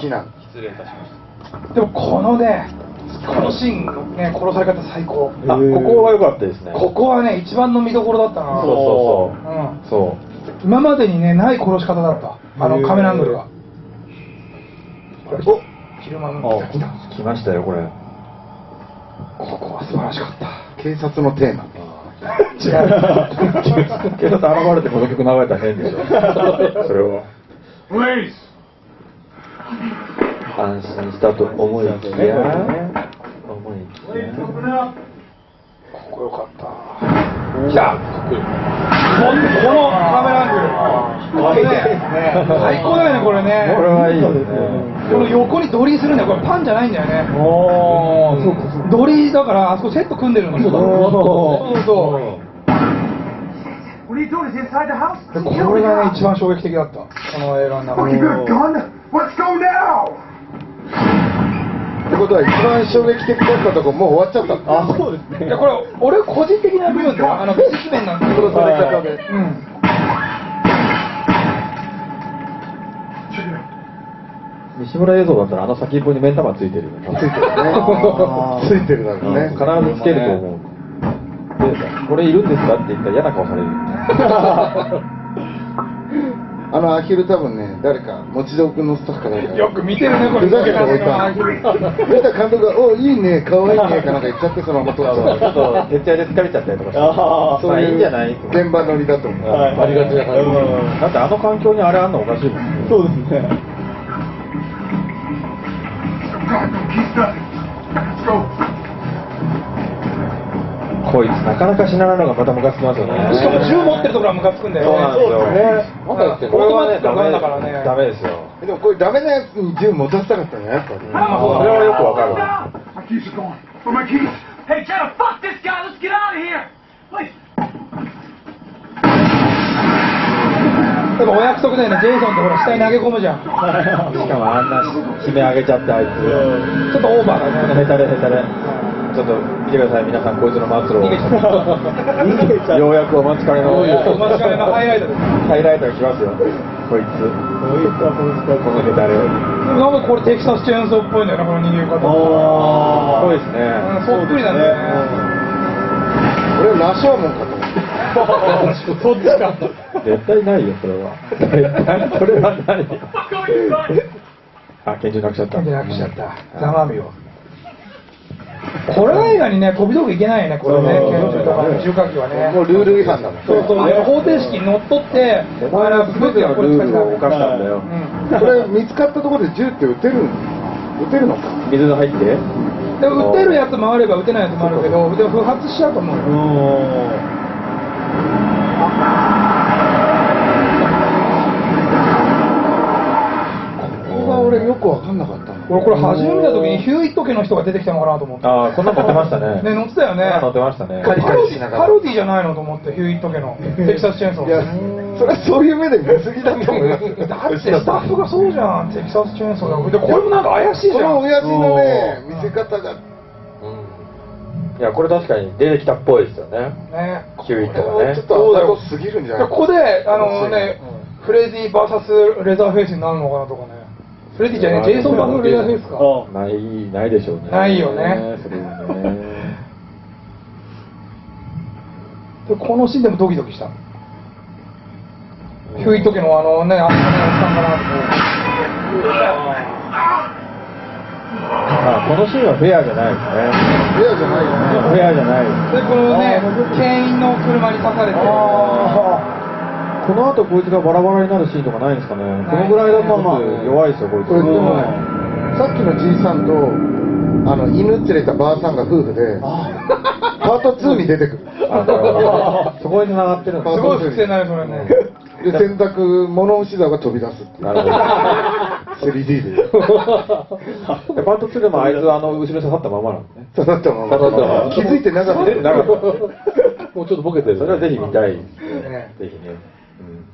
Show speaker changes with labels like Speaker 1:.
Speaker 1: 避難
Speaker 2: 失礼いたしました
Speaker 3: でもこのねこのシーンのね殺され方最高
Speaker 4: あここは良かったですね
Speaker 3: ここはね一番の見どころだったな
Speaker 4: そうう
Speaker 3: うん、
Speaker 4: そうそう
Speaker 3: 今までにねない殺し方だったあの
Speaker 4: へー
Speaker 3: カメラアングルがこれお昼間の
Speaker 4: あ
Speaker 3: 来た来た
Speaker 4: 来ましたよこれ
Speaker 3: ここは素晴らしかった
Speaker 1: 警察のテーマ
Speaker 3: 違う
Speaker 4: 警察現れてこの曲流れたら変でしょそれは安心したと思いきや思いきや
Speaker 3: ここよかった来たこのこのカメラアングルこれね最高だよねこれね
Speaker 4: これはいいですね
Speaker 3: この横にドリーするんだよこれパンじゃないんだよね
Speaker 4: おーそうか
Speaker 3: ドリーだからあそこセット組んでるのそう
Speaker 4: おー
Speaker 3: そうそうでこれがね一番衝撃的だったこの映画の中で
Speaker 1: ってことは一番衝撃的だったとこもう終わっちゃったあそうです
Speaker 3: いやこれ俺個人的な部分であの技術面なんだけど
Speaker 1: 殺され方
Speaker 3: う
Speaker 1: で
Speaker 3: ん
Speaker 4: 西村映像だったらあの先っぽに目ん玉ついてるよね
Speaker 1: ついてるねついてるだろうね
Speaker 4: 必ずつけると思うでこれいるんですかって言ったら嫌な顔される
Speaker 1: あのアヒル多分ね誰か持ち道具のスタッフか誰か
Speaker 3: よく見てるねこれ
Speaker 1: ふざけて置い たそしたら監督が「おいいね可愛いね」かなんか言っちゃってそのまま
Speaker 4: ち
Speaker 1: 撮っち
Speaker 4: ょ
Speaker 1: ゃ
Speaker 4: っ
Speaker 1: う
Speaker 4: と徹夜で疲れちゃったりとかして
Speaker 1: そう
Speaker 4: まあいいんじゃないいう
Speaker 1: 現場乗りだと思う、
Speaker 4: はい
Speaker 5: ありがちな感じ
Speaker 4: うんだってあの環境にあれあんのおかしいもんね
Speaker 5: そうですね。
Speaker 4: こいつなかなか死なないのがまたムカつきますよね
Speaker 3: しかも銃持ってるところはムカつくんだ
Speaker 4: そうなんです
Speaker 3: よ
Speaker 4: よ
Speaker 3: ね
Speaker 1: まだ言ってる
Speaker 4: これは
Speaker 3: オー
Speaker 4: ね
Speaker 3: ト
Speaker 4: ダ
Speaker 3: マ
Speaker 4: メ
Speaker 3: ティックなガンだからね
Speaker 4: ダメですよ
Speaker 1: でもこれダメなやつに銃持たせたかったんじゃないですかね
Speaker 4: それはよくわかるわ
Speaker 6: Hey, Jenna, fuck this guy. Let's get out of here. Wait,
Speaker 3: でもお約束だよねジェイソンってほら下に投げ込むじゃんち
Speaker 4: しかもあんな悲鳴上げちゃってあいつ
Speaker 3: ょっとオーバーだね
Speaker 4: ヘタレヘタレちょっと見てください皆さんこいつの末路
Speaker 3: 逃げちゃ
Speaker 4: を ようやくお待ちかねの
Speaker 3: お待ちかねのハイライトです
Speaker 4: ハイライトが来ますよこいつこのヘタレ
Speaker 3: なんかこれテキサスチェーンソーっぽいんだよなこの逃げ方
Speaker 4: おそうです
Speaker 3: うん
Speaker 4: ね
Speaker 3: そっくりだね
Speaker 1: 俺ナショーモンかと思って
Speaker 4: そっちか絶対ないよそれ は絶対それはない
Speaker 6: fuck are you, bud?
Speaker 4: あ拳銃なくしちゃった
Speaker 3: なんでなくしちゃったざまみをこれ以外にね飛び道具いけないよねこれね
Speaker 4: そう
Speaker 3: 拳銃とかね銃火器はね
Speaker 1: もうルール違反だもん
Speaker 3: そうそう方程式にのっとって
Speaker 4: お前ら全てのルールを犯したんだよ
Speaker 3: うん
Speaker 1: これ見つかったところで銃って撃てる撃てるのか
Speaker 4: 水が入って
Speaker 3: で打てるやつもあれば打てないやつもあるけどでも不発しちゃうと思うよ
Speaker 1: ここが俺よく分かんなかったの
Speaker 3: 俺これ初め見た時にヒューイット家の人が出てきたのかなと思って
Speaker 4: ああこんなの乗ってましたね
Speaker 3: ね乗ってたよね
Speaker 4: 乗ってましたね
Speaker 1: カリ
Speaker 3: パ
Speaker 1: カ
Speaker 3: ロ
Speaker 1: リ
Speaker 3: デ
Speaker 1: し
Speaker 3: ィ
Speaker 1: ながら
Speaker 3: パロディじゃないのと思ってヒューイット家のテキサスチェーンソー
Speaker 1: いやそれはそういう目で見すぎだと思うよ
Speaker 3: だってスタッフがそうじゃんテキサスチェーンソーだでこれもなんか怪しいじ
Speaker 1: こ
Speaker 3: ゃ
Speaker 1: の
Speaker 3: ん
Speaker 1: 親父のね見せ方が
Speaker 4: いやこれ確かに出てきたっぽいですよね
Speaker 3: ね
Speaker 4: キュウイットがね
Speaker 1: ちょっとあざとすぎるんじゃない
Speaker 3: ここであのねフレディ VS レザーフェイスになるのかなとかねフレディじゃねえジェイソン・バースレザーフェイスか
Speaker 4: ないないでしょうね
Speaker 3: ないよね
Speaker 4: それはね
Speaker 3: でこのシーンでもドキドキしたヒューイット家のあのねあのねおっさんかなと思って
Speaker 4: あこのシーンはフェアじゃないです
Speaker 1: レアじゃないよね
Speaker 4: ねフェアじゃない
Speaker 3: でこのね牽引の車に刺されて
Speaker 4: この後こいつがバラバラになるシーンとかないんですかねこのぐらいだとまあ弱いですよこいつ
Speaker 1: これでもねさっきのじいさんとあの犬連れたばあさんが夫婦でパート2に出てくる
Speaker 4: あだからそこに繋がってるんです
Speaker 3: ごい伏線になるそれね
Speaker 1: で洗濯物干し竿が飛び出すっていう
Speaker 4: なるほど
Speaker 1: 3D で
Speaker 4: でパート2でもあいつはあの後ろに刺さったままなんですね
Speaker 1: 刺さったまま
Speaker 4: 刺さったまま
Speaker 1: 気づいてなかった
Speaker 4: なかった
Speaker 5: もうちょっとボケてる。
Speaker 4: それはぜひ見たいです
Speaker 3: ね
Speaker 4: ねぜひね、うん